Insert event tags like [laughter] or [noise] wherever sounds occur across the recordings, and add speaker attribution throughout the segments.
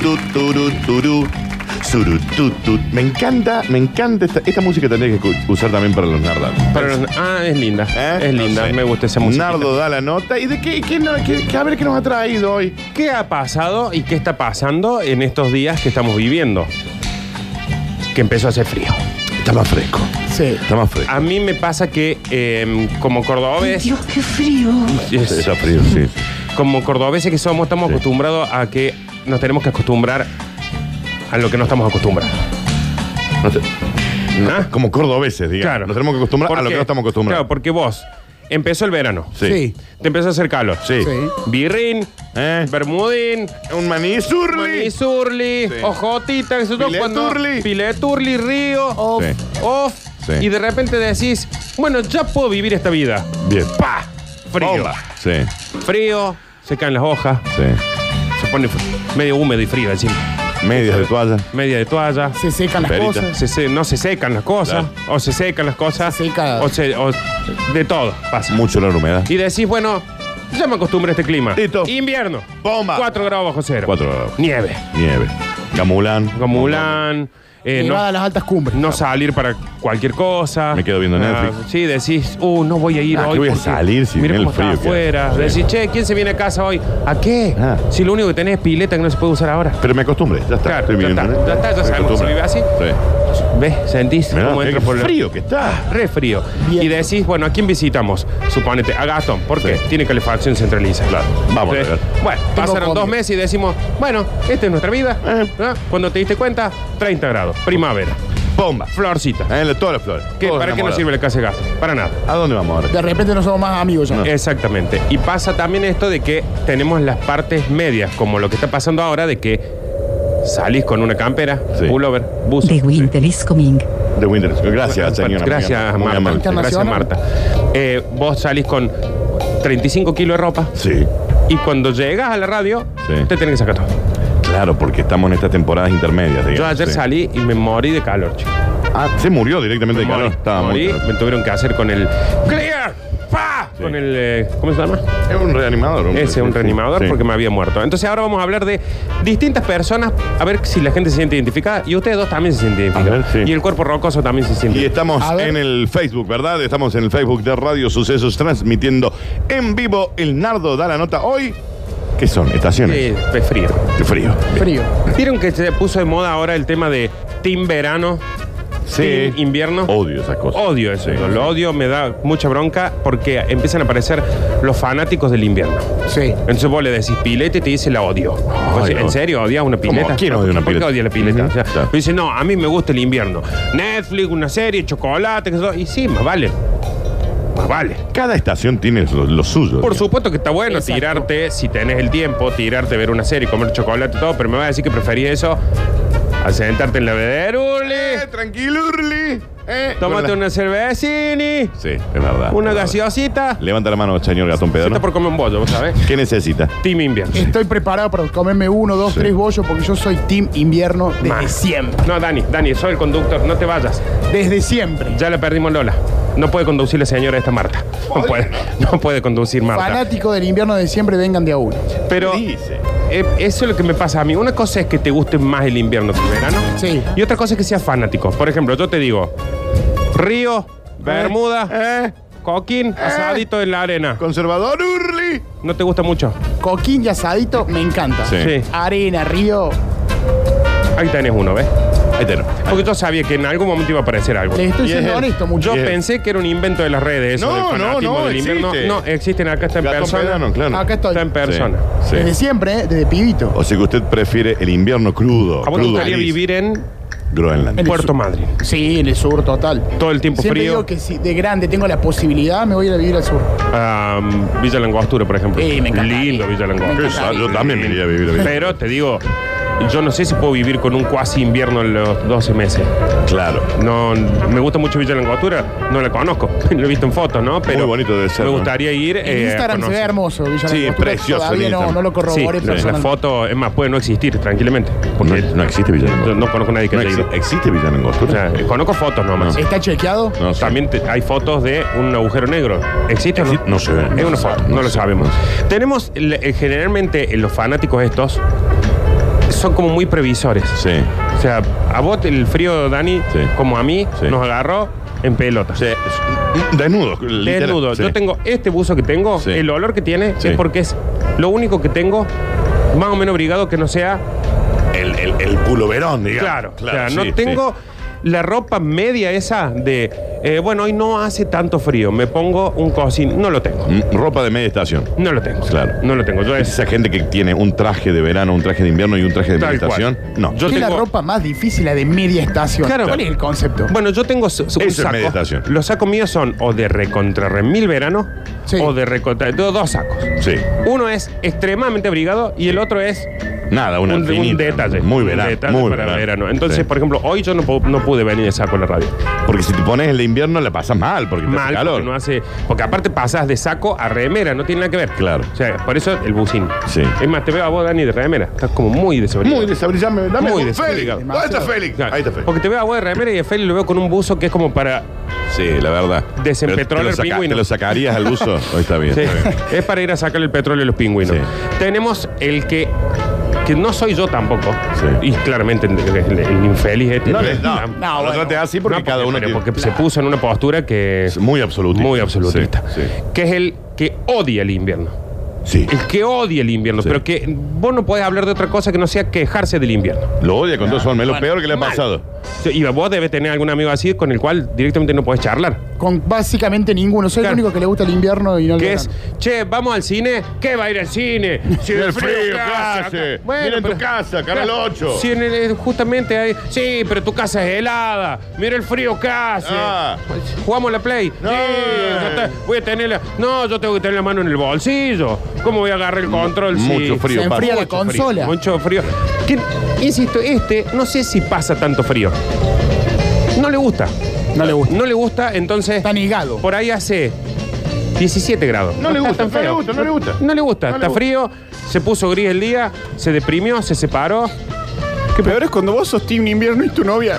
Speaker 1: Surutututuru, surututut. Me encanta, me encanta esta, esta música tendría que escu- usar también para los nardas.
Speaker 2: Pero no- ah, es linda.
Speaker 1: ¿Eh?
Speaker 2: Es
Speaker 1: No
Speaker 2: linda.
Speaker 1: sé.
Speaker 2: Me gusta esa música.
Speaker 1: Nardo da la nota. ¿Y de qué, qué no- qué- qué- a ver qué nos ha traído hoy?
Speaker 2: ¿Qué ha pasado y qué está pasando en estos días que estamos viviendo? Que empezó a hacer frío.
Speaker 1: Está más fresco.
Speaker 3: Sí.
Speaker 1: Está más fresco.
Speaker 2: A mí me pasa que em, como cordobés,
Speaker 3: Dios, qué frío.
Speaker 2: es-
Speaker 1: Está frío, sí.
Speaker 2: como cordobeses que somos, estamos
Speaker 1: Sí.
Speaker 2: acostumbrados a que nos tenemos que acostumbrar a lo que no estamos acostumbrados.
Speaker 1: No te- no,
Speaker 2: ¿Ah?
Speaker 1: Como cordobeses, digamos.
Speaker 2: Claro.
Speaker 1: Nos tenemos que acostumbrar a
Speaker 2: ¿Por
Speaker 1: lo
Speaker 2: qué?
Speaker 1: que no estamos acostumbrados.
Speaker 2: Claro, porque vos empezó el verano,
Speaker 1: Sí.
Speaker 3: Sí.
Speaker 2: te empezó a hacer calor.
Speaker 1: Sí.
Speaker 3: Sí.
Speaker 2: Birrin,
Speaker 1: ¿Eh?
Speaker 2: bermudín,
Speaker 1: Un maní surly.
Speaker 2: Manisurli,
Speaker 1: Sí.
Speaker 2: Ojotita, que
Speaker 1: Pileturli.
Speaker 2: Pileturli, Río, Off,
Speaker 1: Sí.
Speaker 2: Off.
Speaker 1: Sí.
Speaker 2: Y de repente decís, bueno, ya puedo vivir esta vida.
Speaker 1: Bien.
Speaker 2: ¡Pah! Frío.
Speaker 1: Bomba. Sí,
Speaker 2: Frío, se caen las hojas,
Speaker 1: sí.
Speaker 2: se pone fr- medio húmedo y frío encima.
Speaker 1: Medias de toalla.
Speaker 2: Media de toalla.
Speaker 3: Se secan las
Speaker 1: Perita.
Speaker 3: cosas.
Speaker 2: Se- se- no se secan las cosas. O se secan las cosas.
Speaker 3: Se seca.
Speaker 2: O se- o- de todo pasa.
Speaker 1: Mucho la humedad.
Speaker 2: Y decís, bueno, ya me acostumbré a este clima.
Speaker 1: Listo.
Speaker 2: Invierno.
Speaker 1: Bomba.
Speaker 2: 4 grados bajo cero.
Speaker 1: Cuatro grados.
Speaker 2: Nieve.
Speaker 1: Nieve. Gamulán.
Speaker 2: Gamulán. Eh,
Speaker 3: Llevada
Speaker 2: no,
Speaker 3: a las altas cumbres.
Speaker 2: no salir para cualquier cosa.
Speaker 1: Me quedo viendo Netflix.
Speaker 2: Ah, sí, decís, uh, no voy a ir
Speaker 1: Ah,
Speaker 2: hoy.
Speaker 1: ¿qué voy a
Speaker 2: porque
Speaker 1: salir si
Speaker 2: mira
Speaker 1: viene el
Speaker 2: cómo está
Speaker 1: frío que
Speaker 2: afuera.
Speaker 1: hace? Sí.
Speaker 2: Decís, che, ¿quién se viene a casa hoy? ¿A qué?
Speaker 1: Ah.
Speaker 2: Si lo único que tenés es pileta que no se puede usar ahora.
Speaker 1: Pero me acostumbré, ya está.
Speaker 2: Claro,
Speaker 1: Estoy
Speaker 2: ya
Speaker 1: viviendo
Speaker 2: está,
Speaker 1: en él.
Speaker 2: ya está, ya
Speaker 1: Me
Speaker 2: sabemos que se
Speaker 1: acostumbré.
Speaker 2: vive así.
Speaker 1: Sí.
Speaker 2: ¿Ves? ¿Sentís
Speaker 1: Mirá,
Speaker 2: cómo
Speaker 1: mirá
Speaker 2: entra
Speaker 1: qué
Speaker 2: por el
Speaker 1: frío que está.
Speaker 2: Re frío.
Speaker 3: Bien.
Speaker 2: Y decís, bueno, ¿a quién visitamos? Suponete, a Gastón. ¿Por qué?
Speaker 1: Sí.
Speaker 2: Tiene calefacción centraliza.
Speaker 1: Claro. Vamos a
Speaker 2: Entonces,
Speaker 1: ver.
Speaker 2: Bueno, pasaron
Speaker 3: cómico.
Speaker 2: dos meses y decimos, bueno, esta es nuestra vida.
Speaker 1: Eh.
Speaker 2: ¿no? Cuando te diste cuenta, 30 grados, primavera,
Speaker 1: Bomba.
Speaker 2: florcita.
Speaker 1: Eh, la- todas las flores.
Speaker 2: ¿Qué-
Speaker 1: Todos
Speaker 2: ¿Para qué
Speaker 1: enamorados.
Speaker 2: nos sirve la casa de Gastón? Para nada.
Speaker 1: ¿A dónde vamos ahora?
Speaker 3: De repente no somos más amigos ya.
Speaker 1: No.
Speaker 2: Exactamente. Y pasa también esto de que tenemos las partes medias, como lo que está pasando ahora, de que salís con una campera,
Speaker 1: Sí.
Speaker 2: pullover, buzo.
Speaker 4: The winter is coming.
Speaker 1: De Winter. Gracias, señora.
Speaker 2: Gracias,
Speaker 1: Muy amable.
Speaker 2: Marta. Gracias,
Speaker 3: Internacional.
Speaker 2: Marta. Eh, vos salís con 35 kilos de ropa
Speaker 1: Sí.
Speaker 2: y cuando llegas a la radio,
Speaker 1: Sí.
Speaker 2: te tenés que sacar todo.
Speaker 1: Claro, porque estamos en estas temporadas intermedias.
Speaker 2: Yo
Speaker 1: digamos,
Speaker 2: ayer
Speaker 1: sí.
Speaker 2: salí y me morí de calor, chicos.
Speaker 1: Ah, se murió directamente de
Speaker 2: Morí,
Speaker 1: calor. Estaba
Speaker 2: morí,
Speaker 1: muy.
Speaker 2: me tuvieron que hacer con el clear, pa,
Speaker 1: Sí.
Speaker 2: con el eh, ¿cómo se llama?
Speaker 1: Es un reanimador.
Speaker 2: Ese un
Speaker 1: sí,
Speaker 2: reanimador
Speaker 1: sí.
Speaker 2: porque me había muerto. Entonces ahora vamos a hablar de distintas personas, a ver si la gente se siente identificada y ustedes dos también se sienten identificados.
Speaker 1: ver, sí.
Speaker 2: Y el cuerpo rocoso también se siente.
Speaker 1: Y estamos
Speaker 3: A ver.
Speaker 1: en el Facebook, ¿verdad? Estamos en el Facebook de Radio Sucesos transmitiendo en vivo. El Nardo da la nota hoy. ¿Qué son? Estaciones.
Speaker 2: Eh, es frío.
Speaker 1: Qué frío.
Speaker 3: Frío.
Speaker 2: ¿Vieron que se puso de moda ahora el tema de team verano, team invierno?
Speaker 1: Odio esas cosas.
Speaker 2: Odio eso.
Speaker 1: Sí.
Speaker 2: Lo odio, me da mucha bronca porque empiezan a aparecer los fanáticos del invierno.
Speaker 3: Sí.
Speaker 2: Entonces vos le decís pileta y te dice la odio. Vos decís,
Speaker 1: no.
Speaker 2: ¿En serio? ¿Odias una
Speaker 1: ¿Cómo?
Speaker 2: pileta?
Speaker 1: ¿Quién odia una
Speaker 2: ¿Por qué
Speaker 1: pileta?
Speaker 2: odia la pileta?
Speaker 1: Ujú,
Speaker 2: O sea,
Speaker 1: claro.
Speaker 2: me dice, no, a mí me gusta el invierno. Netflix, una serie, chocolate, qué sé yo. Y sí, más vale. Más vale.
Speaker 1: Cada estación tiene lo, lo suyo.
Speaker 2: Por
Speaker 1: digamos.
Speaker 2: supuesto que está bueno
Speaker 3: Exacto.
Speaker 2: tirarte, si tenés el tiempo, tirarte, ver una serie, comer chocolate y todo, pero me vas a decir que preferís eso a sentarte en la
Speaker 1: Eh,
Speaker 2: vedere,
Speaker 1: tranquilo, Urli. Eh,
Speaker 2: tómate
Speaker 1: con la-
Speaker 2: una cervecini,
Speaker 1: Sí, es verdad.
Speaker 2: una
Speaker 1: es verdad.
Speaker 2: gaseosita.
Speaker 1: Levanta la mano, señor Gastón
Speaker 2: Se está
Speaker 1: Pedro.
Speaker 2: por comer un bollo, ¿vos ¿sabes?
Speaker 1: ¿Qué necesita?
Speaker 2: Team Invierno.
Speaker 3: Estoy preparado para comerme uno, dos,
Speaker 1: Sí.
Speaker 3: tres bollos porque yo soy team invierno desde
Speaker 2: Más.
Speaker 3: siempre.
Speaker 2: No, Dani, Dani, soy el conductor, no te vayas.
Speaker 3: Desde siempre.
Speaker 2: Ya la perdimos Lola. No puede conducir la señora esta Marta. No puede, no puede conducir Marta.
Speaker 3: Fanático del invierno de siempre, vengan de a uno.
Speaker 2: Pero
Speaker 1: ¿Qué dice?
Speaker 2: eh, eso es lo que me pasa a mí. Una cosa es que te guste más el invierno que el verano.
Speaker 3: Sí.
Speaker 2: Y otra cosa es que seas fanático. Por ejemplo, yo te digo, Río, Bermuda,
Speaker 1: Eh,
Speaker 2: Coquín, asadito en la arena.
Speaker 1: conservador Urli.
Speaker 2: ¿No te gusta mucho?
Speaker 3: Coquín y asadito, me encanta.
Speaker 1: Sí.
Speaker 2: Sí.
Speaker 3: Arena, río.
Speaker 2: Ahí tenés uno, ¿ves?
Speaker 1: Ahí tenés.
Speaker 2: Porque yo sabía que en algún momento iba a aparecer algo.
Speaker 3: Les estoy
Speaker 1: Bien.
Speaker 3: siendo honesto,
Speaker 2: Yo
Speaker 3: mucho.
Speaker 1: Bien.
Speaker 2: pensé que era un invento de las redes. Eso
Speaker 1: No,
Speaker 2: del
Speaker 1: no,
Speaker 2: fanatismo
Speaker 1: no,
Speaker 2: del invierno.
Speaker 1: existe.
Speaker 2: No, existen acá, está en
Speaker 1: Gastón
Speaker 2: persona.
Speaker 1: Pedano, claro.
Speaker 3: Acá estoy.
Speaker 2: Está en persona.
Speaker 1: Sí, sí.
Speaker 3: Desde siempre, ¿eh? desde pibito.
Speaker 1: O sea que usted prefiere el invierno crudo.
Speaker 2: ¿A vos te
Speaker 1: crudo
Speaker 2: gustaría
Speaker 1: gris,
Speaker 2: vivir en
Speaker 1: Groenlandia.
Speaker 3: En el
Speaker 2: Puerto
Speaker 3: sur.
Speaker 2: Madryn?
Speaker 3: Sí, en el sur total.
Speaker 2: Todo el tiempo
Speaker 3: Siempre
Speaker 2: frío.
Speaker 3: digo que si de grande tengo la posibilidad, me voy a ir a vivir al sur.
Speaker 2: a Villa Langostura, por ejemplo.
Speaker 3: Sí, me encantaría.
Speaker 2: Lindo Villa
Speaker 3: Me
Speaker 1: Qué
Speaker 2: Langostura.
Speaker 3: encantaría.
Speaker 1: sa- Yo también me iría a vivir. a vivir.
Speaker 2: Pero te digo, yo no sé si puedo vivir con un cuasi invierno en los 12 meses.
Speaker 1: Claro.
Speaker 2: No, me gusta mucho Villa Langostura, no la conozco, [laughs] lo he visto en fotos, ¿no? Pero
Speaker 1: Muy bonito debe ser,
Speaker 2: Me
Speaker 1: ¿no?
Speaker 2: gustaría ir.
Speaker 3: En
Speaker 2: eh, a
Speaker 3: Instagram se ve
Speaker 2: conocer.
Speaker 3: hermoso, Villa
Speaker 1: Sí,
Speaker 3: Langostura.
Speaker 1: precioso
Speaker 3: Todavía
Speaker 1: en
Speaker 3: no,
Speaker 1: Instagram.
Speaker 3: no lo
Speaker 2: Sí,
Speaker 3: corroboré
Speaker 2: pero la
Speaker 3: personalmente.
Speaker 2: foto, es más, puede no existir tranquilamente. Porque
Speaker 1: Pues no, no existe Villa
Speaker 2: yo no conozco a nadie que
Speaker 1: No
Speaker 2: haya
Speaker 1: exi-
Speaker 2: ido.
Speaker 1: ¿Existe Villa
Speaker 2: O sea, conozco fotos nomás.
Speaker 1: No.
Speaker 3: ¿Está chequeado?
Speaker 1: No sé.
Speaker 2: También te- hay fotos de un agujero negro. ¿Existe o no?
Speaker 1: Exi- no se ve.
Speaker 2: Es una foto, no,
Speaker 1: No
Speaker 2: lo
Speaker 1: se-
Speaker 2: sabemos.
Speaker 1: no
Speaker 2: Tenemos le- eh, generalmente eh, los fanáticos estos son como muy previsores.
Speaker 1: Sí.
Speaker 2: O sea, a vos el frío, Dani,
Speaker 1: Sí.
Speaker 2: como a mí,
Speaker 1: Sí.
Speaker 2: nos agarró en pelota.
Speaker 1: Sí. Desnudo. literal.
Speaker 2: Desnudo.
Speaker 1: Sí.
Speaker 2: Yo tengo este buzo que tengo,
Speaker 1: Sí.
Speaker 2: el olor que tiene
Speaker 1: Sí.
Speaker 2: es porque es lo único que tengo, más o menos abrigado que no sea.
Speaker 1: El, el, el puloverón, digamos.
Speaker 2: Claro, o sea, no
Speaker 1: sí,
Speaker 2: tengo la ropa media esa de, eh, bueno, hoy no hace tanto frío, me pongo un cosín. No lo tengo.
Speaker 1: sí. Mm, Ropa de media estación.
Speaker 2: No lo tengo.
Speaker 1: Claro.
Speaker 2: No lo tengo. Yo
Speaker 1: Es
Speaker 2: es-
Speaker 1: esa gente que tiene un traje de verano, un traje de invierno y un traje de
Speaker 2: Tal
Speaker 1: media estación.
Speaker 2: cual.
Speaker 1: No.
Speaker 2: Yo
Speaker 3: ¿Qué es la
Speaker 2: tengo-
Speaker 3: ropa más difícil, la de media estación?
Speaker 2: Claro.
Speaker 3: ¿Cuál es el concepto?
Speaker 2: Bueno, yo tengo s- un
Speaker 1: es
Speaker 2: saco.
Speaker 1: meditación.
Speaker 2: Los sacos míos son o de recontra remil verano
Speaker 3: Sí.
Speaker 2: o de recontra. Tengo dos sacos.
Speaker 1: Sí.
Speaker 2: Uno es extremadamente abrigado y el otro es
Speaker 1: Nada, una
Speaker 2: un, un
Speaker 1: finita.
Speaker 2: detalle.
Speaker 1: Muy
Speaker 2: Un
Speaker 1: verano.
Speaker 2: detalle
Speaker 1: muy
Speaker 2: para
Speaker 1: verano.
Speaker 2: verano. Entonces,
Speaker 1: Sí.
Speaker 2: por ejemplo, hoy yo no, pu- no pude venir de saco a la radio.
Speaker 1: Porque si te pones el de invierno la pasas mal, porque te hace
Speaker 2: Mal,
Speaker 1: calor.
Speaker 2: porque no hace. Porque aparte pasás de saco a remera, no tiene nada que ver.
Speaker 1: Claro.
Speaker 2: O sea, por eso el bucín.
Speaker 1: Sí.
Speaker 2: Es más, te veo a vos, Dani, de remera. Estás como muy desabrigado.
Speaker 1: Muy desabrizame. Dame
Speaker 2: Muy
Speaker 1: un Félix.
Speaker 2: desabrigado.
Speaker 1: ¿Dónde está Félix?
Speaker 2: Claro.
Speaker 1: Ahí está Félix.
Speaker 2: Porque te veo a vos de remera y a Feli lo veo con un buzo que es como para
Speaker 1: Sí, la verdad.
Speaker 2: Desempetróleo
Speaker 1: Pero
Speaker 2: el
Speaker 1: te lo saca-
Speaker 2: pingüino.
Speaker 1: ¿Te lo sacarías al
Speaker 2: [laughs]
Speaker 1: buzo? Ahí está bien.
Speaker 2: Sí,
Speaker 1: está bien.
Speaker 2: es para ir a sacar el petróleo a los pingüinos.
Speaker 1: Sí.
Speaker 2: Tenemos el que, que no soy yo tampoco.
Speaker 1: Sí.
Speaker 2: Y claramente el, el- el infeliz este.
Speaker 1: No, le- no,
Speaker 2: No,
Speaker 1: no lo
Speaker 3: bueno.
Speaker 1: trates así porque
Speaker 2: no,
Speaker 1: cada uno
Speaker 2: pero
Speaker 1: tiene-
Speaker 2: Porque se puso en una postura que
Speaker 1: es muy absolutista.
Speaker 2: muy absolutista.
Speaker 1: Sí,
Speaker 2: Que es el que odia el invierno.
Speaker 1: sí. Sí.
Speaker 2: El que odia el invierno.
Speaker 1: Sí.
Speaker 2: Pero que vos no podés hablar de otra cosa que no sea quejarse del invierno.
Speaker 1: Lo odia con dos formas. Es lo
Speaker 3: Bueno,
Speaker 1: peor que le ha
Speaker 2: mal.
Speaker 1: pasado.
Speaker 2: Y vos debes tener algún amigo así con el cual directamente no podés charlar.
Speaker 3: Con básicamente ninguno. Soy
Speaker 2: Claro.
Speaker 3: el único que le gusta el invierno y no el
Speaker 2: Que es,
Speaker 3: verano.
Speaker 2: che, vamos al cine. ¿Qué va a ir
Speaker 1: [laughs]
Speaker 2: al cine? Si
Speaker 1: El frío, ¿qué hace?
Speaker 2: acá.
Speaker 1: Mira en tu casa, Canal
Speaker 2: Claro,
Speaker 1: 8.
Speaker 2: Si en el- eh, justamente hay. Sí, pero tu casa es helada. Mira el frío que hace.
Speaker 1: Ah.
Speaker 2: Pues, Jugamos la play.
Speaker 1: No.
Speaker 2: Sí, yo te- voy a tener la. No, yo tengo que tener la mano en el bolsillo. ¿Cómo voy a agarrar el control? si-
Speaker 1: Mucho frío.
Speaker 3: Se enfría
Speaker 1: pasa.
Speaker 3: la consola.
Speaker 2: Mucho frío. Que, insisto, este no sé si pasa tanto frío. No le gusta.
Speaker 3: No le gusta.
Speaker 2: No le gusta, entonces.
Speaker 3: Está nigado.
Speaker 2: Por ahí hace 17 grados.
Speaker 1: No le
Speaker 2: está
Speaker 1: gusta,
Speaker 2: tan
Speaker 1: no le gusta, no le gusta.
Speaker 2: No le gusta,
Speaker 1: No le
Speaker 2: está
Speaker 1: gusta.
Speaker 2: frío, se puso gris el día, se deprimió, se separó,
Speaker 4: Que peor es cuando vos sos team invierno y tu novia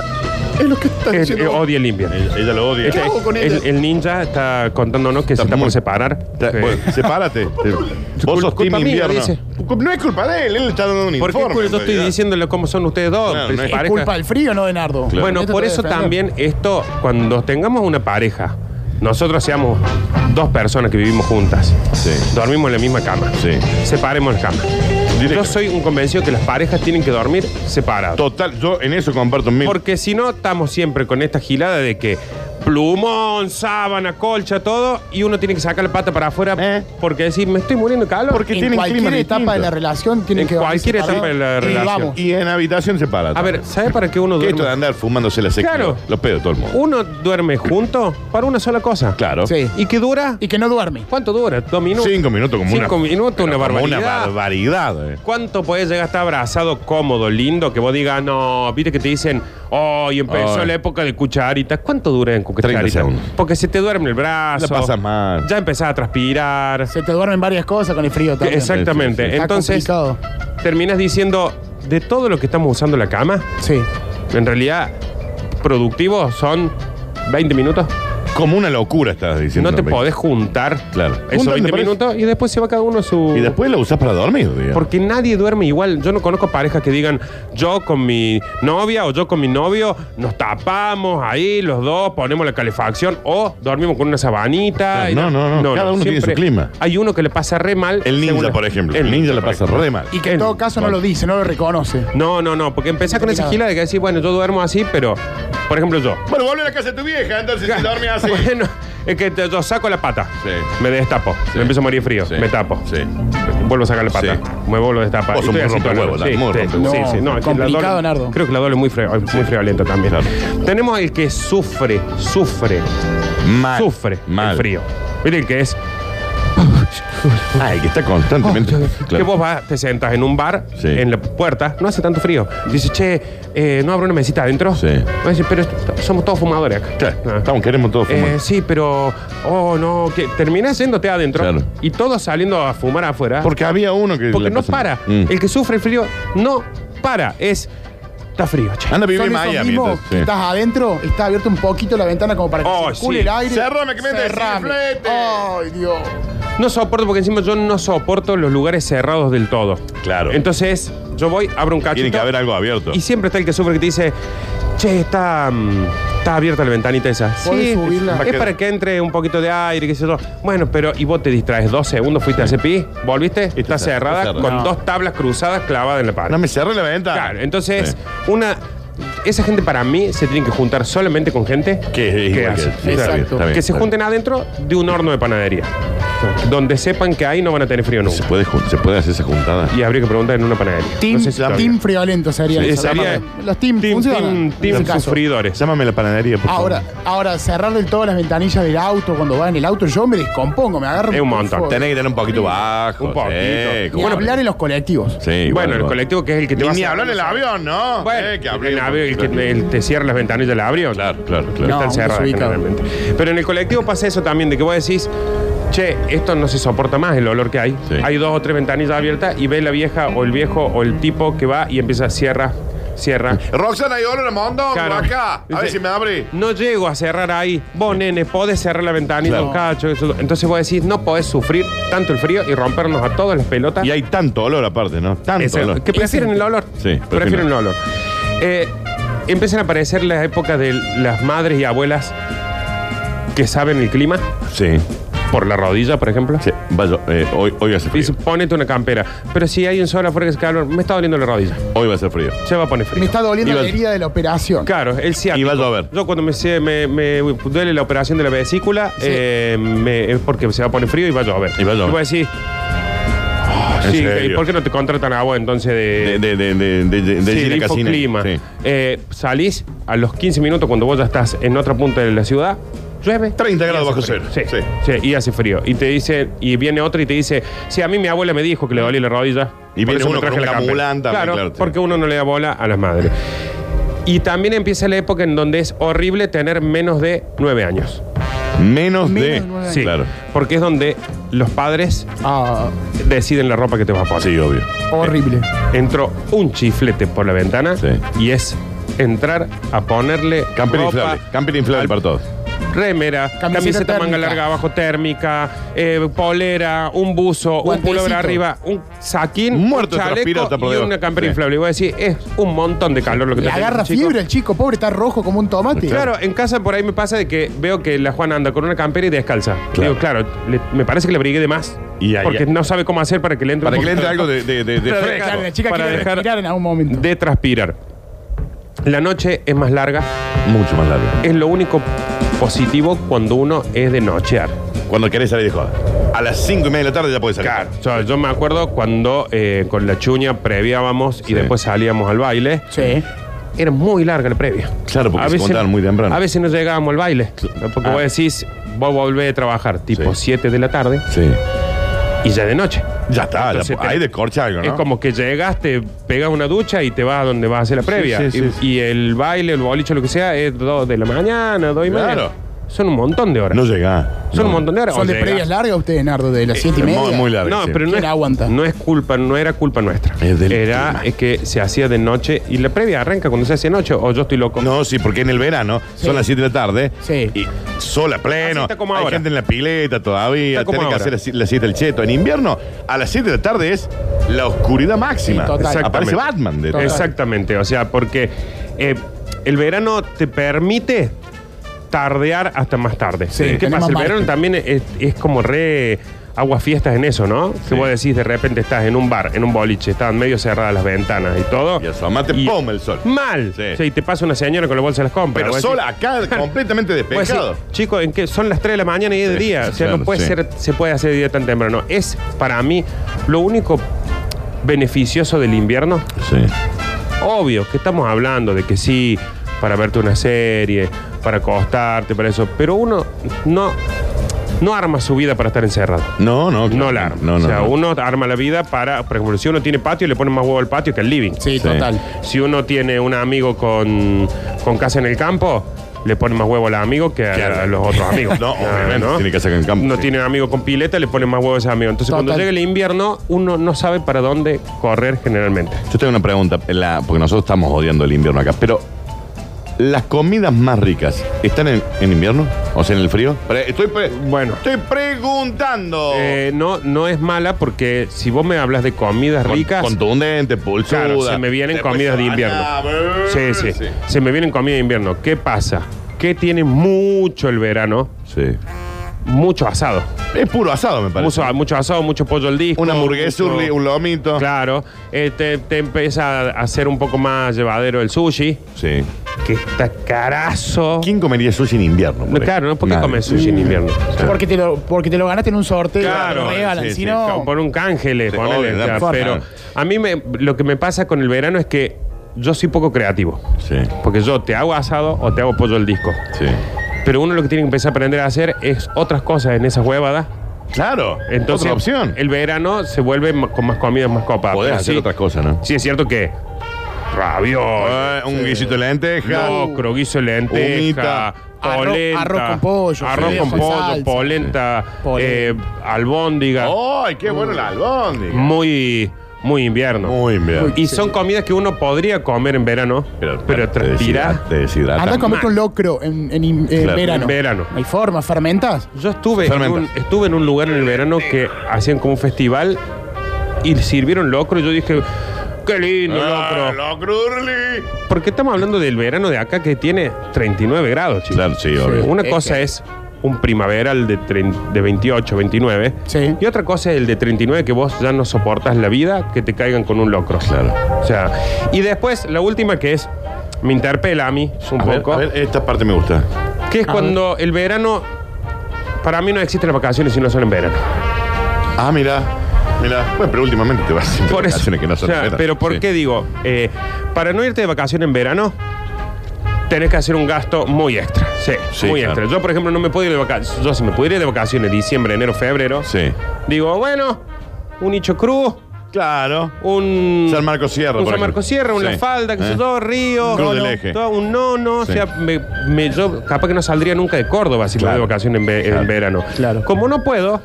Speaker 4: es lo que está
Speaker 2: eh, eh,
Speaker 4: diciendo. vos.
Speaker 2: odia el invierno.
Speaker 1: Ella, ella lo odia.
Speaker 4: ¿Qué
Speaker 2: Este,
Speaker 4: hago con ella?
Speaker 2: el, el ninja está contándonos que
Speaker 1: Está
Speaker 2: se está
Speaker 1: muy-
Speaker 2: por separar.
Speaker 1: Está-
Speaker 2: Sí.
Speaker 1: bueno, sepárate. Te- [laughs] Vos sos
Speaker 2: Culpa
Speaker 1: team
Speaker 2: mía,
Speaker 1: invierno.
Speaker 2: dice.
Speaker 1: No es culpa de él, él le está dando un
Speaker 2: Porque
Speaker 1: informe.
Speaker 2: yo
Speaker 1: en
Speaker 2: estoy
Speaker 1: realidad.
Speaker 2: diciéndole cómo son ustedes dos.
Speaker 1: Claro,
Speaker 2: pues,
Speaker 1: no es-
Speaker 2: pareja.
Speaker 3: Culpa del frío, no de Nardo.
Speaker 1: Claro.
Speaker 2: Bueno,
Speaker 3: Esto
Speaker 2: por
Speaker 3: te
Speaker 2: eso
Speaker 3: defender.
Speaker 2: también esto, cuando tengamos una pareja, nosotros seamos dos personas que vivimos juntas,
Speaker 1: Sí.
Speaker 2: dormimos en la misma cama,
Speaker 1: Sí.
Speaker 2: separemos la cama.
Speaker 1: Directamente.
Speaker 2: Yo soy un convencido que las parejas tienen que dormir separadas.
Speaker 1: Total, yo en eso comparto mil.
Speaker 2: Porque si no, estamos siempre con esta gilada de que plumón, sábana, colcha, todo, y uno tiene que sacar la pata para afuera
Speaker 1: Eh.
Speaker 2: porque decir, me estoy muriendo de calor.
Speaker 1: Porque- que
Speaker 3: en
Speaker 1: tienen
Speaker 3: cualquier
Speaker 1: climas
Speaker 3: etapa
Speaker 1: distintos.
Speaker 3: de la relación tienen
Speaker 2: En
Speaker 3: que dormir
Speaker 2: cualquier etapa
Speaker 3: separados.
Speaker 2: de la
Speaker 3: Y
Speaker 2: relación.
Speaker 3: vamos.
Speaker 1: Y en habitación sepárate.
Speaker 2: A ver, ¿sabes para qué uno
Speaker 1: ¿Qué esto de
Speaker 2: duerme?
Speaker 1: andar fumándose la sección?
Speaker 2: Claro.
Speaker 1: Los pedos de todo el mundo.
Speaker 2: Uno duerme junto para una sola cosa.
Speaker 1: Claro.
Speaker 3: Sí.
Speaker 2: ¿Y que dura?
Speaker 3: Y que no duerme.
Speaker 2: ¿Cuánto dura? ¿Dos minutos?
Speaker 1: Cinco minutos como una.
Speaker 2: Cinco minutos, una
Speaker 1: como
Speaker 2: barbaridad.
Speaker 1: Una barbaridad. eh.
Speaker 2: ¿Cuánto podés llegar a estar abrazado, cómodo, lindo, que vos digas, no, viste que te dicen, hoy empezó
Speaker 1: Ay.
Speaker 2: la época de cucharitas? ¿Cuánto dura en
Speaker 1: 30
Speaker 2: cucharitas?
Speaker 1: segundos.
Speaker 2: Porque se te duerme el brazo.
Speaker 1: La pasas mal.
Speaker 2: Ya empezás a transpirar.
Speaker 3: Se te duermen varias cosas con el frío también.
Speaker 2: Exactamente.
Speaker 1: Sí, sí,
Speaker 3: Está
Speaker 2: Entonces,
Speaker 3: complicado.
Speaker 2: terminas diciendo, de todo lo que estamos usando la cama,
Speaker 3: Sí.
Speaker 2: en realidad, productivos son 20 minutos.
Speaker 1: Como una locura estás diciendo.
Speaker 2: no te
Speaker 1: Rick.
Speaker 2: podés juntar
Speaker 1: Claro.
Speaker 2: esos
Speaker 1: Juntan,
Speaker 2: 20
Speaker 1: me parece.
Speaker 2: minutos y después se va cada uno a su.
Speaker 1: Y después la usás para dormir, digamos.
Speaker 2: Porque nadie duerme igual. Yo no conozco parejas que digan, yo con mi novia o yo con mi novio nos tapamos ahí los dos, ponemos la calefacción o dormimos con una sabanita.
Speaker 1: Claro,
Speaker 2: y
Speaker 1: Ah, no,
Speaker 2: tal.
Speaker 1: no, no, cada uno tiene su clima.
Speaker 2: Hay uno que le pasa re mal.
Speaker 1: El ninja,
Speaker 2: según-
Speaker 1: por ejemplo.
Speaker 2: El ninja,
Speaker 1: le
Speaker 2: por
Speaker 1: pasa
Speaker 2: ejemplo.
Speaker 1: re mal.
Speaker 3: Y que en
Speaker 2: El-
Speaker 3: todo caso no lo dice, no lo reconoce.
Speaker 2: No, no, no, porque empezás con esa gila de que decís, bueno, yo duermo así, pero, por ejemplo, yo.
Speaker 1: Bueno, vuelve a la casa de tu vieja, entonces si dormís así.
Speaker 2: [laughs] Bueno, es que te- yo saco la pata,
Speaker 1: Sí.
Speaker 2: me destapo, me empiezo a morir frío,
Speaker 1: Sí.
Speaker 2: me tapo.
Speaker 1: Sí.
Speaker 2: Vuelvo a sacar la pata,
Speaker 1: Sí.
Speaker 2: me vuelvo a destapar.
Speaker 1: Vos sos
Speaker 2: Estoy
Speaker 1: muy
Speaker 2: así todo el
Speaker 1: rompehuevos,
Speaker 2: rato.
Speaker 1: Nardo, muy
Speaker 2: sí,
Speaker 1: rompehuevos.
Speaker 2: sí, sí,
Speaker 3: No,
Speaker 2: no, es que la
Speaker 3: complicado,
Speaker 2: doble-
Speaker 3: Nardo.
Speaker 2: Creo que la doble es muy, fre- muy friolenta también.
Speaker 1: Claro.
Speaker 2: Tenemos el que sufre, sufre,
Speaker 1: Mal.
Speaker 2: sufre
Speaker 1: Mal.
Speaker 2: el frío. Mire el que es
Speaker 1: Ay, que está constantemente.
Speaker 2: Oh, Que
Speaker 1: Claro.
Speaker 2: vos vas, te sentas en un bar,
Speaker 1: Sí.
Speaker 2: en la puerta, no hace tanto frío. Dices, che, eh, ¿no habrá una mesita adentro?
Speaker 1: Sí.
Speaker 2: Vos decís, pero est- somos todos fumadores acá.
Speaker 1: Claro,
Speaker 2: Ah.
Speaker 1: estamos, queremos todo fumar.
Speaker 2: Eh, sí, pero. Oh, no, que terminás yéndote adentro
Speaker 1: Claro.
Speaker 2: y todos saliendo a fumar afuera.
Speaker 1: Porque había uno que.
Speaker 2: porque
Speaker 1: la
Speaker 2: no
Speaker 1: pasa-
Speaker 2: para.
Speaker 1: Mm.
Speaker 2: El que sufre el frío no para. Es. Está frío, che.
Speaker 1: Anda a vivir
Speaker 3: Son
Speaker 1: en
Speaker 3: esos
Speaker 1: Miami.
Speaker 3: mismos
Speaker 1: entonces,
Speaker 3: que
Speaker 1: sí.
Speaker 3: estás adentro, está abierto un poquito la ventana como para que
Speaker 2: Oh,
Speaker 3: circule
Speaker 2: sí.
Speaker 3: el aire.
Speaker 1: Cerrame, que me des
Speaker 3: Cerrame.
Speaker 1: flete.
Speaker 3: Ay, Dios.
Speaker 2: No soporto, porque encima yo no soporto los lugares cerrados del todo.
Speaker 1: Claro.
Speaker 2: Entonces, yo voy, abro un cachito.
Speaker 1: Tiene que haber algo abierto.
Speaker 2: Y siempre está el que sufre que te dice, che, está, mm, está abierta la ventanita esa.
Speaker 3: ¿Podés subirla?
Speaker 2: Es para que entre un poquito de aire, qué sé yo. Bueno, pero y vos te distraes dos segundos, fuiste a hacer pis, volviste, está,
Speaker 1: está
Speaker 2: cerrada,
Speaker 1: cerrada.
Speaker 2: con
Speaker 1: No.
Speaker 2: dos tablas cruzadas clavadas en la pared.
Speaker 1: No me cerré la ventana.
Speaker 2: Claro, entonces,
Speaker 1: Sí.
Speaker 2: una. Esa gente para mí se tiene que juntar solamente con gente
Speaker 1: Que es
Speaker 2: que
Speaker 1: igual que-
Speaker 2: hace.
Speaker 1: sí, está
Speaker 3: Exacto.
Speaker 1: bien, está bien,
Speaker 2: que se
Speaker 1: está bien.
Speaker 2: junten adentro de un horno de panadería. Donde sepan que ahí no van a tener frío
Speaker 1: ¿Se
Speaker 2: nunca.
Speaker 1: puede, jun- ¿Se puede hacer esa juntada?
Speaker 2: Y habría que preguntar en una panadería.
Speaker 3: Team,
Speaker 2: No sé si
Speaker 1: la-
Speaker 2: todavía.
Speaker 3: Mm. team friolento sería.
Speaker 2: Sí,
Speaker 3: eso.
Speaker 2: Eh, sería-
Speaker 3: Los team,
Speaker 2: team,
Speaker 3: funcionan.
Speaker 2: team,
Speaker 3: en
Speaker 2: team
Speaker 3: ese caso.
Speaker 2: sufridores.
Speaker 1: Llámame a la panadería, por favor.
Speaker 3: Ahora, ahora, cerrar del todo las ventanillas del auto cuando va en el auto, yo me descompongo, me agarro.
Speaker 2: Es un montón.
Speaker 3: poco.
Speaker 1: Tenés que tener un poquito bajo.
Speaker 2: Un poquito.
Speaker 1: sí,
Speaker 3: Ni
Speaker 1: como-
Speaker 3: hablar en los colectivos.
Speaker 1: Sí, igual,
Speaker 2: bueno, el
Speaker 1: igual.
Speaker 2: colectivo que es el que te
Speaker 1: Ni,
Speaker 2: va a
Speaker 1: ni
Speaker 2: hacer-
Speaker 1: hablar en el avión, ¿no?
Speaker 2: Bueno,
Speaker 1: Eh, que
Speaker 2: el
Speaker 1: abrimos.
Speaker 2: avión, el que el- te cierra las ventanas del avión.
Speaker 1: Claro, claro, claro.
Speaker 3: No,
Speaker 2: Están
Speaker 3: un
Speaker 2: cerradas
Speaker 3: desubicado.
Speaker 2: generalmente. Pero en el colectivo pasa eso también, de que vos decís, che, esto no se soporta más el olor que hay.
Speaker 1: Sí.
Speaker 2: Hay dos o tres ventanillas abiertas y ve la vieja o el viejo o el tipo que va y empieza a cierra, cierra.
Speaker 1: Roxana, hay olor a montón
Speaker 2: Claro.
Speaker 1: por acá. A ver
Speaker 2: Dice,
Speaker 1: si me abre.
Speaker 2: No llego a cerrar ahí. Vos, nene, podés cerrar la ventanita
Speaker 1: Claro.
Speaker 2: un cacho. eso. Entonces vos decís, no podés sufrir tanto el frío y rompernos a todas las pelotas.
Speaker 1: Y hay tanto olor aparte, ¿no? Tanto
Speaker 2: Eso,
Speaker 1: olor.
Speaker 2: que prefieren el olor.
Speaker 1: Sí, prefiero.
Speaker 2: prefieren el olor. Eh, empiezan a aparecer las épocas de las madres y abuelas que saben el clima,
Speaker 1: Sí.
Speaker 2: por la rodilla, por ejemplo.
Speaker 1: sí. Vaya, eh, hoy, hoy hace
Speaker 2: Y Dice,
Speaker 1: frío.
Speaker 2: ponete una campera. Pero si hay un sol afuera que se calor, me está doliendo la rodilla.
Speaker 1: Hoy va a ser frío.
Speaker 2: Se va a poner frío.
Speaker 3: Me está doliendo
Speaker 1: Iba-
Speaker 3: la herida de la operación.
Speaker 2: Claro, el ciático.
Speaker 1: Y va a llover.
Speaker 2: Yo cuando me, se- me, me duele la operación de la vesícula, eh, me- es porque se va a poner frío y va a llover.
Speaker 1: Y va a llover.
Speaker 2: Y vos decís, "Ah,
Speaker 1: En
Speaker 2: sí,
Speaker 1: serio.
Speaker 2: ¿y por qué no te contratan a vos entonces
Speaker 1: De, de, de, de, de, de,
Speaker 2: Sí,
Speaker 1: Gina
Speaker 2: el
Speaker 1: Cassini.
Speaker 2: infoclima.
Speaker 1: Sí.
Speaker 2: Eh, salís a los 15 minutos cuando vos ya estás en otra punta de la ciudad, llueve.
Speaker 1: 30
Speaker 2: y
Speaker 1: grados
Speaker 2: hace
Speaker 1: bajo
Speaker 2: frío.
Speaker 1: cero.
Speaker 2: Sí, sí, y hace frío. Y te dice, y viene otro y te dice, sí, a mí mi abuela me dijo que le dolía la rodilla.
Speaker 1: Y viene
Speaker 2: por eso me
Speaker 1: uno con
Speaker 2: traje
Speaker 1: un
Speaker 2: la
Speaker 1: camulán
Speaker 2: campera".
Speaker 1: también,
Speaker 2: Claro,
Speaker 1: claro, sí.
Speaker 2: porque uno no le da bola a las madres. Y también empieza la época en donde es horrible tener menos de 9 años.
Speaker 1: Menos,
Speaker 3: Menos
Speaker 1: de.
Speaker 3: de nueve
Speaker 2: Sí,
Speaker 1: Ah. Claro.
Speaker 2: porque es donde los padres
Speaker 3: Ah,
Speaker 2: deciden la ropa que te vas a poner.
Speaker 1: Sí, obvio.
Speaker 3: horrible.
Speaker 2: Eh, entró un chiflete por la ventana
Speaker 1: Sí.
Speaker 2: y es entrar a ponerle
Speaker 1: Campera
Speaker 2: ropa,
Speaker 1: inflable. Campera inflable
Speaker 2: al-
Speaker 1: para todos.
Speaker 2: remera,
Speaker 3: Camiseta
Speaker 2: camiseta, manga
Speaker 3: térmica.
Speaker 2: larga abajo térmica, eh, polera, un buzo, un
Speaker 3: Guantecito.
Speaker 2: pullover arriba, un saquín,
Speaker 1: Muerto de
Speaker 2: un chaleco
Speaker 1: transpirota por
Speaker 2: y
Speaker 1: debajo.
Speaker 2: una campera
Speaker 1: Sí.
Speaker 2: inflable. Y voy a decir, es un montón de calor lo que
Speaker 3: Le
Speaker 2: te tengo,
Speaker 3: agarra
Speaker 2: chico.
Speaker 3: fiebre el chico, pobre, está rojo como un tomate.
Speaker 2: Claro, en casa por ahí me pasa de que veo que la Juana anda con una campera y descalza.
Speaker 1: Claro.
Speaker 2: Digo, claro, le- me parece que le brigué de más.
Speaker 1: Y ahí-
Speaker 2: porque no sabe cómo hacer para que le entre
Speaker 1: Para
Speaker 2: un
Speaker 1: que le entre
Speaker 2: montón.
Speaker 1: algo de, de, de, de
Speaker 2: Para
Speaker 1: fresco.
Speaker 3: Claro, la chica
Speaker 2: Para
Speaker 3: quiere
Speaker 2: dejar-
Speaker 3: respirar en algún momento.
Speaker 2: de transpirar. La noche es más larga,
Speaker 1: Mucho más largo.
Speaker 2: es lo único positivo cuando uno es de nochear.
Speaker 1: Cuando querés salir de joda. A las 5 y media de la tarde ya podés salir.
Speaker 2: O sea, yo me acuerdo cuando eh, con la chuña previábamos y
Speaker 1: Sí.
Speaker 2: después salíamos al baile.
Speaker 3: Sí.
Speaker 2: Era muy larga la previa.
Speaker 1: Claro, porque se juntaban muy temprano.
Speaker 2: A veces no llegábamos al baile. Porque
Speaker 1: Ah.
Speaker 2: vos decís, vos volvés a trabajar tipo
Speaker 1: Sí.
Speaker 2: 7 de la tarde
Speaker 1: Sí.
Speaker 2: y ya de noche.
Speaker 1: Ya está,
Speaker 2: Entonces,
Speaker 1: ya- ahí
Speaker 2: te-
Speaker 1: descorcha algo, ¿no?
Speaker 2: Es como que llegas, te pegas una ducha y te vas a donde vas a hacer la previa.
Speaker 1: sí,
Speaker 2: y,
Speaker 1: sí, sí.
Speaker 2: y el baile, el boliche, lo que sea, es 2 de la mañana, 2 y media.
Speaker 1: Claro.
Speaker 2: Son un montón de horas.
Speaker 1: No llega.
Speaker 2: Son un montón de horas.
Speaker 3: ¿Son
Speaker 2: O
Speaker 3: de
Speaker 2: llegas.
Speaker 3: previas largas ustedes, Nardo?
Speaker 2: Eh,
Speaker 3: De las siete y media.
Speaker 1: Muy, muy largo.
Speaker 2: No, pero no
Speaker 3: ¿Quién
Speaker 2: es,
Speaker 3: aguanta?
Speaker 2: no es culpa, no era culpa nuestra.
Speaker 1: Es del
Speaker 2: era
Speaker 1: clima.
Speaker 2: es que se hacía de noche y la previa arranca cuando se hace de noche o yo estoy loco.
Speaker 1: No, sí, porque en el verano son las 7 de la tarde
Speaker 3: Sí.
Speaker 1: y sol a
Speaker 2: Así
Speaker 1: pleno.
Speaker 2: está como
Speaker 1: Hay
Speaker 2: ahora.
Speaker 1: gente en la pileta todavía.
Speaker 2: Está como
Speaker 1: Tienen que
Speaker 2: ahora.
Speaker 1: hacer así- las 7 del cheto. En invierno, a las 7 de la tarde es la oscuridad máxima.
Speaker 3: Sí, total.
Speaker 1: Aparece
Speaker 2: Exactamente.
Speaker 1: Batman. De
Speaker 2: Exactamente, o sea, porque eh, el verano te permite tardear hasta más tarde.
Speaker 3: Sí,
Speaker 2: ¿Qué
Speaker 3: tenés
Speaker 2: pasa?
Speaker 3: más
Speaker 2: El verano
Speaker 3: margen.
Speaker 2: también es, es como re aguas fiestas en eso, ¿no?
Speaker 1: Sí.
Speaker 2: Que vos decís, de repente estás en un bar, en un boliche, estaban medio cerradas las ventanas y todo.
Speaker 1: Y asomate, ¡pum! el sol.
Speaker 2: Mal.
Speaker 1: Sí.
Speaker 2: O sea, y te pasa una señora con la bolsa de las compras.
Speaker 1: Pero
Speaker 2: Vos
Speaker 1: sol
Speaker 2: decís,
Speaker 1: acá
Speaker 2: [laughs]
Speaker 1: completamente
Speaker 2: Pues sí,
Speaker 1: despejado.
Speaker 2: chico, ¿en qué? son las 3 de la mañana y es de
Speaker 1: Sí,
Speaker 2: día. O sea,
Speaker 1: claro,
Speaker 2: no puede
Speaker 1: sí.
Speaker 2: ser, se puede hacer de día tan temprano. Es para mí lo único beneficioso del invierno.
Speaker 1: Sí.
Speaker 2: Obvio que estamos hablando de que sí, para verte una serie, para acostarte, para eso. Pero uno no, no arma su vida para estar encerrado.
Speaker 1: No, no.
Speaker 2: No la arma.
Speaker 1: No, no.
Speaker 2: o sea,
Speaker 1: no.
Speaker 2: uno arma la vida para, por ejemplo, si uno tiene patio, le pone más huevo al patio que al living.
Speaker 1: Sí.
Speaker 3: Sí, total.
Speaker 2: Si uno tiene un amigo con, con casa en el campo, le pone más huevo al amigo que a,
Speaker 1: Claro.
Speaker 2: a los otros
Speaker 1: [laughs]
Speaker 2: amigos.
Speaker 1: No, obviamente, tiene que hacer en el campo,
Speaker 2: No
Speaker 1: sí.
Speaker 2: tiene amigo con pileta, le pone más huevo a ese amigo. Entonces, cuando
Speaker 3: Total.
Speaker 2: llega el invierno, uno no sabe para dónde correr generalmente.
Speaker 1: Yo tengo una pregunta, la- porque nosotros estamos odiando el invierno acá, pero ¿Las comidas más ricas están en, en invierno? ¿O sea, en el frío? Pre- estoy, pre-
Speaker 2: Bueno.
Speaker 1: estoy preguntando.
Speaker 2: Eh, no, no es mala porque si vos me hablas de comidas
Speaker 1: Con-
Speaker 2: ricas.
Speaker 1: Contundente, pulsuda.
Speaker 2: Claro, se me vienen
Speaker 1: Después
Speaker 2: comidas de
Speaker 1: van
Speaker 2: invierno.
Speaker 1: a ver,
Speaker 2: Sí, sí, Se me vienen comida de invierno. ¿Qué pasa? Que tiene mucho el verano,
Speaker 1: Sí.
Speaker 2: mucho asado.
Speaker 1: Es puro asado, me parece.
Speaker 2: Mucho, mucho asado, mucho pollo al disco.
Speaker 1: Una hamburguesa,
Speaker 2: mucho-
Speaker 1: un, li- un [laughs] lomito.
Speaker 2: Claro. Eh, te, te empieza a hacer un poco más llevadero el sushi,
Speaker 1: Sí.
Speaker 2: que está carazo.
Speaker 1: ¿Quién comería sushi en invierno?
Speaker 2: No,
Speaker 1: por
Speaker 2: claro, ¿no? ¿por qué
Speaker 1: Nadie.
Speaker 2: comes sushi en invierno?
Speaker 3: Porque te, lo, porque te lo ganaste en un sorteo.
Speaker 2: Claro,
Speaker 3: te lo regalan,
Speaker 1: sí,
Speaker 3: si
Speaker 1: sí,
Speaker 3: no-
Speaker 2: Como Por un cángel,
Speaker 1: Sí,
Speaker 2: ponele,
Speaker 1: obvio, da
Speaker 2: claro,
Speaker 1: forma.
Speaker 2: Pero a mí me, lo que me pasa con el verano es que yo soy poco creativo.
Speaker 1: Sí,
Speaker 2: Porque yo te hago asado o te hago pollo al disco.
Speaker 1: sí.
Speaker 2: Pero uno lo que tiene que empezar a aprender a hacer es otras cosas en esas huevadas.
Speaker 1: Claro.
Speaker 2: Entonces,
Speaker 1: otra opción.
Speaker 2: el verano se vuelve ma- con más comidas, más copas.
Speaker 1: Podés
Speaker 2: Pero
Speaker 1: hacer
Speaker 2: sí-
Speaker 1: otra cosa, ¿no?
Speaker 2: Sí, es cierto que raviol,
Speaker 1: Eh, un guisito de lenteja. Uh,
Speaker 2: locro, guiso de lenteja,
Speaker 1: Humita.
Speaker 3: Arroz-
Speaker 2: polenta,
Speaker 3: arroz con pollo,
Speaker 2: arroz
Speaker 3: fideos
Speaker 2: con
Speaker 3: con
Speaker 2: pollo,
Speaker 3: salsa.
Speaker 2: polenta, eh,
Speaker 3: Polenta. Oh.
Speaker 2: albóndiga.
Speaker 1: ¡Ay, qué bueno el
Speaker 2: Mm.
Speaker 1: albón!
Speaker 2: Muy, muy invierno.
Speaker 1: Muy bien.
Speaker 2: y son comidas que uno podría comer en verano, pero, transpira.
Speaker 1: Te deshidrata.
Speaker 3: Anda a comer
Speaker 2: mal.
Speaker 3: con locro en, en- en
Speaker 1: Claro,
Speaker 3: verano.
Speaker 2: Ah, en verano.
Speaker 3: No hay forma, fermentas.
Speaker 2: Yo estuve en,
Speaker 1: Fermenta.
Speaker 2: un, estuve en un lugar en el verano que hacían como un festival y sirvieron locro y yo dije, qué lindo
Speaker 1: Ah,
Speaker 2: locro.
Speaker 1: locro Urli.
Speaker 2: Porque estamos hablando del verano de acá que tiene 39 grados, chicos.
Speaker 1: Claro, sí, obvio.
Speaker 2: Una
Speaker 3: Es
Speaker 2: cosa
Speaker 3: que-
Speaker 2: es un primaveral de, trein- de 28, 29.
Speaker 3: Sí.
Speaker 2: Y otra cosa es el de 39 que vos ya no soportas la vida, que te caigan con un locro.
Speaker 1: Claro.
Speaker 2: O sea, y después la última que es, me interpela a mí un
Speaker 1: A ver,
Speaker 2: poco,
Speaker 1: a ver, esta parte me gusta.
Speaker 2: que es cuando el verano, para mí no existen las vacaciones si no son en verano.
Speaker 1: Ah, mira. Mira. Bueno, pero últimamente te vas haciendo
Speaker 2: Por eso.
Speaker 1: vacaciones que no son
Speaker 2: O sea,
Speaker 1: de verano.
Speaker 2: pero ¿por
Speaker 1: Sí.
Speaker 2: qué digo? Eh, para no irte de vacaciones en verano, tenés que hacer un gasto muy extra. Sí,
Speaker 1: Sí,
Speaker 2: muy
Speaker 1: claro.
Speaker 2: extra. Yo, por ejemplo, no me puedo ir de vacaciones. Yo, si me pudiera ir de vacaciones diciembre, enero, febrero,
Speaker 1: Sí.
Speaker 2: digo, bueno, un Hicho Cruz,
Speaker 1: Claro.
Speaker 2: un.
Speaker 1: San Marcos Sierra,
Speaker 2: Un
Speaker 1: por
Speaker 2: San
Speaker 1: ejemplo.
Speaker 2: Marcos Sierra, una
Speaker 1: Sí.
Speaker 2: falda, que
Speaker 1: ¿Eh?
Speaker 2: sé yo, Río.
Speaker 1: Cruz del
Speaker 2: nono,
Speaker 1: Eje.
Speaker 2: todo un nono.
Speaker 1: Sí.
Speaker 2: O sea, me, me- yo capaz que no saldría nunca de Córdoba si me voy
Speaker 1: Claro.
Speaker 2: de vacaciones en, ve- en
Speaker 1: Claro.
Speaker 2: verano.
Speaker 3: Claro.
Speaker 2: Como no puedo,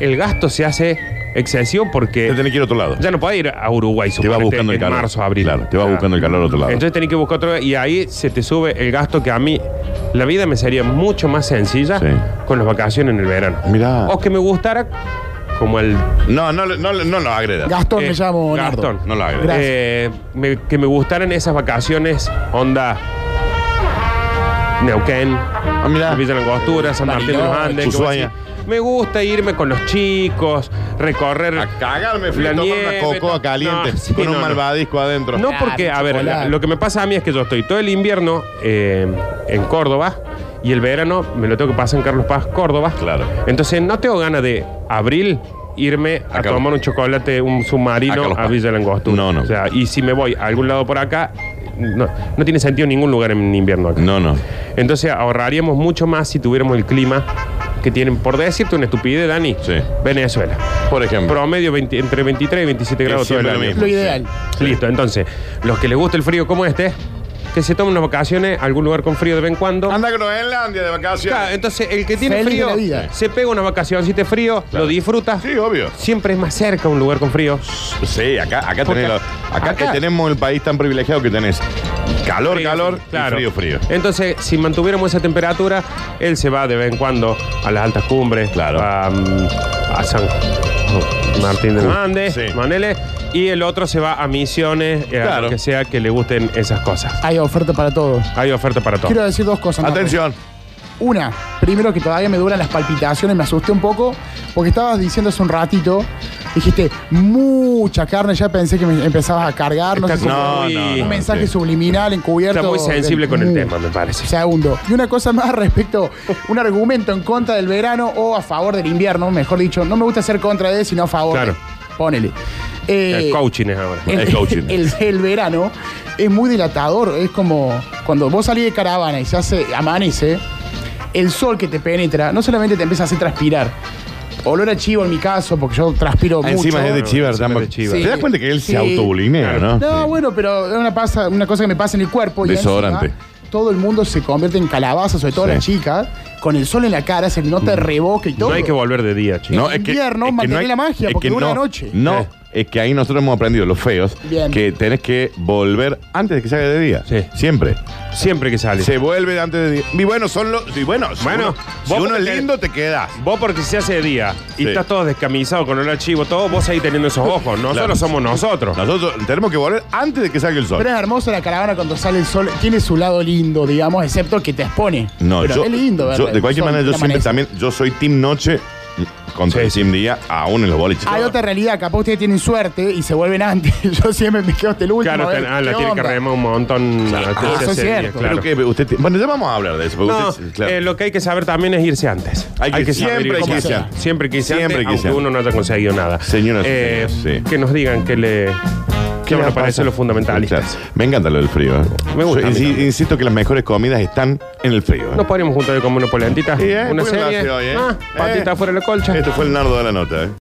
Speaker 2: el gasto se hace excesivo porque.
Speaker 1: Te tenés que ir a otro lado.
Speaker 2: Ya no podés ir a Uruguay,
Speaker 1: Te vas
Speaker 2: suponete,
Speaker 1: buscando el
Speaker 2: en
Speaker 1: calor.
Speaker 2: marzo, abril.
Speaker 1: Claro, te vas
Speaker 2: O sea,
Speaker 1: buscando el calor a otro lado.
Speaker 2: Entonces tenés que buscar otro y ahí se te sube el gasto que a mí la vida me sería mucho más sencilla
Speaker 1: Sí.
Speaker 2: con las vacaciones en el verano.
Speaker 1: Mirá.
Speaker 2: O que me gustara como el
Speaker 1: No, no, no, no, no lo agredas.
Speaker 3: Gastón
Speaker 2: Eh,
Speaker 3: me llamo. Nardo.
Speaker 2: Gastón.
Speaker 1: No lo agredas.
Speaker 3: Gracias.
Speaker 2: eh, me- que me gustaran esas vacaciones onda Neuquén,
Speaker 1: Ah, mirá.
Speaker 2: Villa Langostura, San Martín de los
Speaker 3: Bariloche,
Speaker 2: Andes, que vos
Speaker 1: Ushuaia.
Speaker 2: decís, Me gusta irme con los chicos, recorrer
Speaker 1: A cagarme, fui
Speaker 2: La
Speaker 1: a tomar
Speaker 2: nieve,
Speaker 1: una cocoa
Speaker 2: no,
Speaker 1: caliente
Speaker 2: no, sí,
Speaker 1: con un
Speaker 2: no, no.
Speaker 1: malvadisco adentro.
Speaker 2: No
Speaker 3: Claro,
Speaker 2: porque, a ver,
Speaker 3: chocolate.
Speaker 2: la- lo que me pasa a mí es que yo estoy todo el invierno eh, en Córdoba y el verano me lo tengo que pasar en Carlos Paz, Córdoba.
Speaker 1: Claro.
Speaker 2: Entonces no tengo ganas de abril irme a
Speaker 1: Acá.
Speaker 2: tomar un chocolate, un
Speaker 1: A
Speaker 2: submarino
Speaker 1: Carlos
Speaker 2: a
Speaker 1: Paz.
Speaker 2: Villa Langostura.
Speaker 1: No, no.
Speaker 2: O sea, y si me voy a algún lado por acá, no, no tiene sentido ningún lugar en invierno acá.
Speaker 1: No, no.
Speaker 2: Entonces ahorraríamos mucho más si tuviéramos el clima que tienen, por decirte una estupidez, Dani,
Speaker 1: Sí.
Speaker 2: Venezuela.
Speaker 1: Por ejemplo.
Speaker 2: Promedio 20 entre 23 y 27
Speaker 1: Es
Speaker 2: grados todo el
Speaker 1: siempre lo
Speaker 2: año.
Speaker 1: mismo.
Speaker 3: Lo ideal.
Speaker 2: Listo, entonces, los que les gusta el frío como este, que se tomen unas vacaciones, a algún lugar con frío de vez en cuando.
Speaker 1: Anda a Groenlandia de
Speaker 2: Claro,
Speaker 1: vacaciones.
Speaker 2: entonces, el que tiene
Speaker 3: Feliz de la
Speaker 2: frío
Speaker 3: vida.
Speaker 2: se pega una vacación, si te frío, lo disfruta.
Speaker 1: Sí, obvio.
Speaker 2: Siempre es más cerca un lugar con frío.
Speaker 1: Sí, acá, acá,
Speaker 2: Porque-
Speaker 1: tenés lo- acá,
Speaker 2: acá-
Speaker 1: que tenemos el país tan privilegiado que tenés calor,
Speaker 2: Frío,
Speaker 1: calor y
Speaker 2: claro.
Speaker 1: frío, frío.
Speaker 2: Entonces, si mantuviéramos esa temperatura, él se va de vez en cuando a las altas cumbres,
Speaker 1: Claro.
Speaker 2: a, mm, a San Martín de los Andes,
Speaker 1: Sí.
Speaker 2: Manele, y el otro se va a misiones, eh, a
Speaker 1: Claro.
Speaker 2: lo que sea que le gusten esas cosas.
Speaker 3: Hay oferta para todos.
Speaker 2: Hay oferta para todos.
Speaker 3: Quiero decir dos cosas. Nardo.
Speaker 1: Atención.
Speaker 3: Una, primero que todavía me duran las palpitaciones, me asusté un poco, porque estabas diciendo hace un ratito, dijiste, mucha carne, ya pensé que me empezabas a cargar, no
Speaker 2: Está
Speaker 3: sé si
Speaker 2: como
Speaker 3: fue
Speaker 1: No,
Speaker 2: muy-
Speaker 1: no,
Speaker 3: un
Speaker 1: no.
Speaker 3: mensaje
Speaker 1: sí.
Speaker 3: subliminal encubierto.
Speaker 2: Está muy sensible
Speaker 3: del-
Speaker 2: con el
Speaker 3: Mm.
Speaker 2: tema, me parece.
Speaker 3: Segundo, y una cosa más [laughs] respecto, un argumento en contra del verano o a favor del invierno, mejor dicho, no me gusta ser contra de, sino a favor.
Speaker 2: Claro.
Speaker 3: de. Ponele. Eh,
Speaker 2: El coaching es ahora.
Speaker 3: el,
Speaker 1: Es coaching.
Speaker 3: [laughs] el- el verano es muy dilatador. Es como cuando vos salís de caravana y se hace amanece, el sol que te penetra no solamente te empieza a hacer transpirar. Olor a chivo en mi caso, porque yo transpiro mucho.
Speaker 1: Ah, Encima es de Chivar.
Speaker 2: Encima es de
Speaker 1: tampoco-
Speaker 2: Chivar.
Speaker 1: ¿Te das cuenta que él
Speaker 3: Sí.
Speaker 1: se autobulinea, no?
Speaker 3: No, bueno, pero es una, pasa, una cosa que me pasa en el cuerpo. y
Speaker 1: Desodorante.
Speaker 3: encima todo el mundo se convierte en calabaza, sobre todo
Speaker 1: Sí. Mm.
Speaker 3: las chicas, con el sol en la cara, se nota el reboque y todo.
Speaker 2: No hay que volver de día, chicos.
Speaker 3: invierno, mantener la magia, porque dura la noche.
Speaker 1: No,
Speaker 2: Sí.
Speaker 1: es que ahí nosotros hemos aprendido, los feos,
Speaker 3: Bien.
Speaker 1: que tenés que volver antes de que se haga de día.
Speaker 2: Sí.
Speaker 1: Siempre.
Speaker 2: Siempre que sale.
Speaker 1: Se vuelve antes de día. Y bueno, son los. Y bueno, si
Speaker 2: Bueno,
Speaker 1: uno, si
Speaker 2: vos
Speaker 1: uno es
Speaker 2: porque-
Speaker 1: lindo, te quedas.
Speaker 2: Vos porque se hace de día y
Speaker 1: Sí.
Speaker 2: estás todo descamisado con el archivo, todo, vos ahí teniendo esos ojos. Nosotros
Speaker 1: Claro.
Speaker 2: somos nosotros.
Speaker 1: Nosotros tenemos que volver antes de que salga el sol.
Speaker 3: Pero es hermosa la caravana cuando sale el sol. Tiene su lado lindo, digamos, excepto que te expone.
Speaker 1: No,
Speaker 3: Pero
Speaker 1: yo,
Speaker 3: es lindo,
Speaker 1: yo,
Speaker 3: ¿verdad?
Speaker 1: de cualquier manera, yo siempre
Speaker 3: también
Speaker 1: también, yo soy team noche contra
Speaker 2: Sí,
Speaker 1: el team día, aún en los boliches.
Speaker 3: Hay otra realidad, capaz ustedes tienen suerte y se vuelven antes. [laughs] Yo siempre me quedo hasta el último.
Speaker 2: Claro,
Speaker 3: a ver,
Speaker 2: ten- ah,
Speaker 3: ¿qué
Speaker 2: la tiene que
Speaker 3: onda?
Speaker 2: remar un montón.
Speaker 1: Claro.
Speaker 2: la- se
Speaker 1: Ah,
Speaker 2: hace
Speaker 3: eso es
Speaker 2: de día,
Speaker 3: cierto.
Speaker 1: Creo
Speaker 2: claro.
Speaker 1: que usted ti- bueno, ya vamos a hablar de eso. porque
Speaker 2: No,
Speaker 1: usted- claro.
Speaker 2: eh, lo que hay que saber también es irse antes.
Speaker 1: Hay que- siempre hay que
Speaker 2: antes.
Speaker 1: irse antes.
Speaker 2: Siempre que irse
Speaker 1: Siempre hay
Speaker 2: antes,
Speaker 1: que irse
Speaker 2: aunque uno no haya conseguido nada.
Speaker 1: Señoras y
Speaker 2: Eh,
Speaker 1: señores, sí.
Speaker 2: Que nos digan que le...
Speaker 1: le
Speaker 2: Que nos
Speaker 1: pasa?
Speaker 2: parece lo fundamentalista.
Speaker 1: Claro. Me encanta lo del frío. ¿eh?
Speaker 2: Me gusta,
Speaker 1: Yo
Speaker 2: a mí
Speaker 1: insi-
Speaker 2: también.
Speaker 1: insisto que las mejores comidas están en el frío. ¿eh?
Speaker 2: ¿No podríamos juntar como una polentita?
Speaker 1: Sí, ¿eh?
Speaker 2: Una
Speaker 1: Muy bien lo
Speaker 2: serie.
Speaker 1: hace hoy, ¿eh?
Speaker 2: Ah, patita
Speaker 1: Eh.
Speaker 2: fuera de la colcha.
Speaker 1: Este fue el nardo de la nota. ¿eh?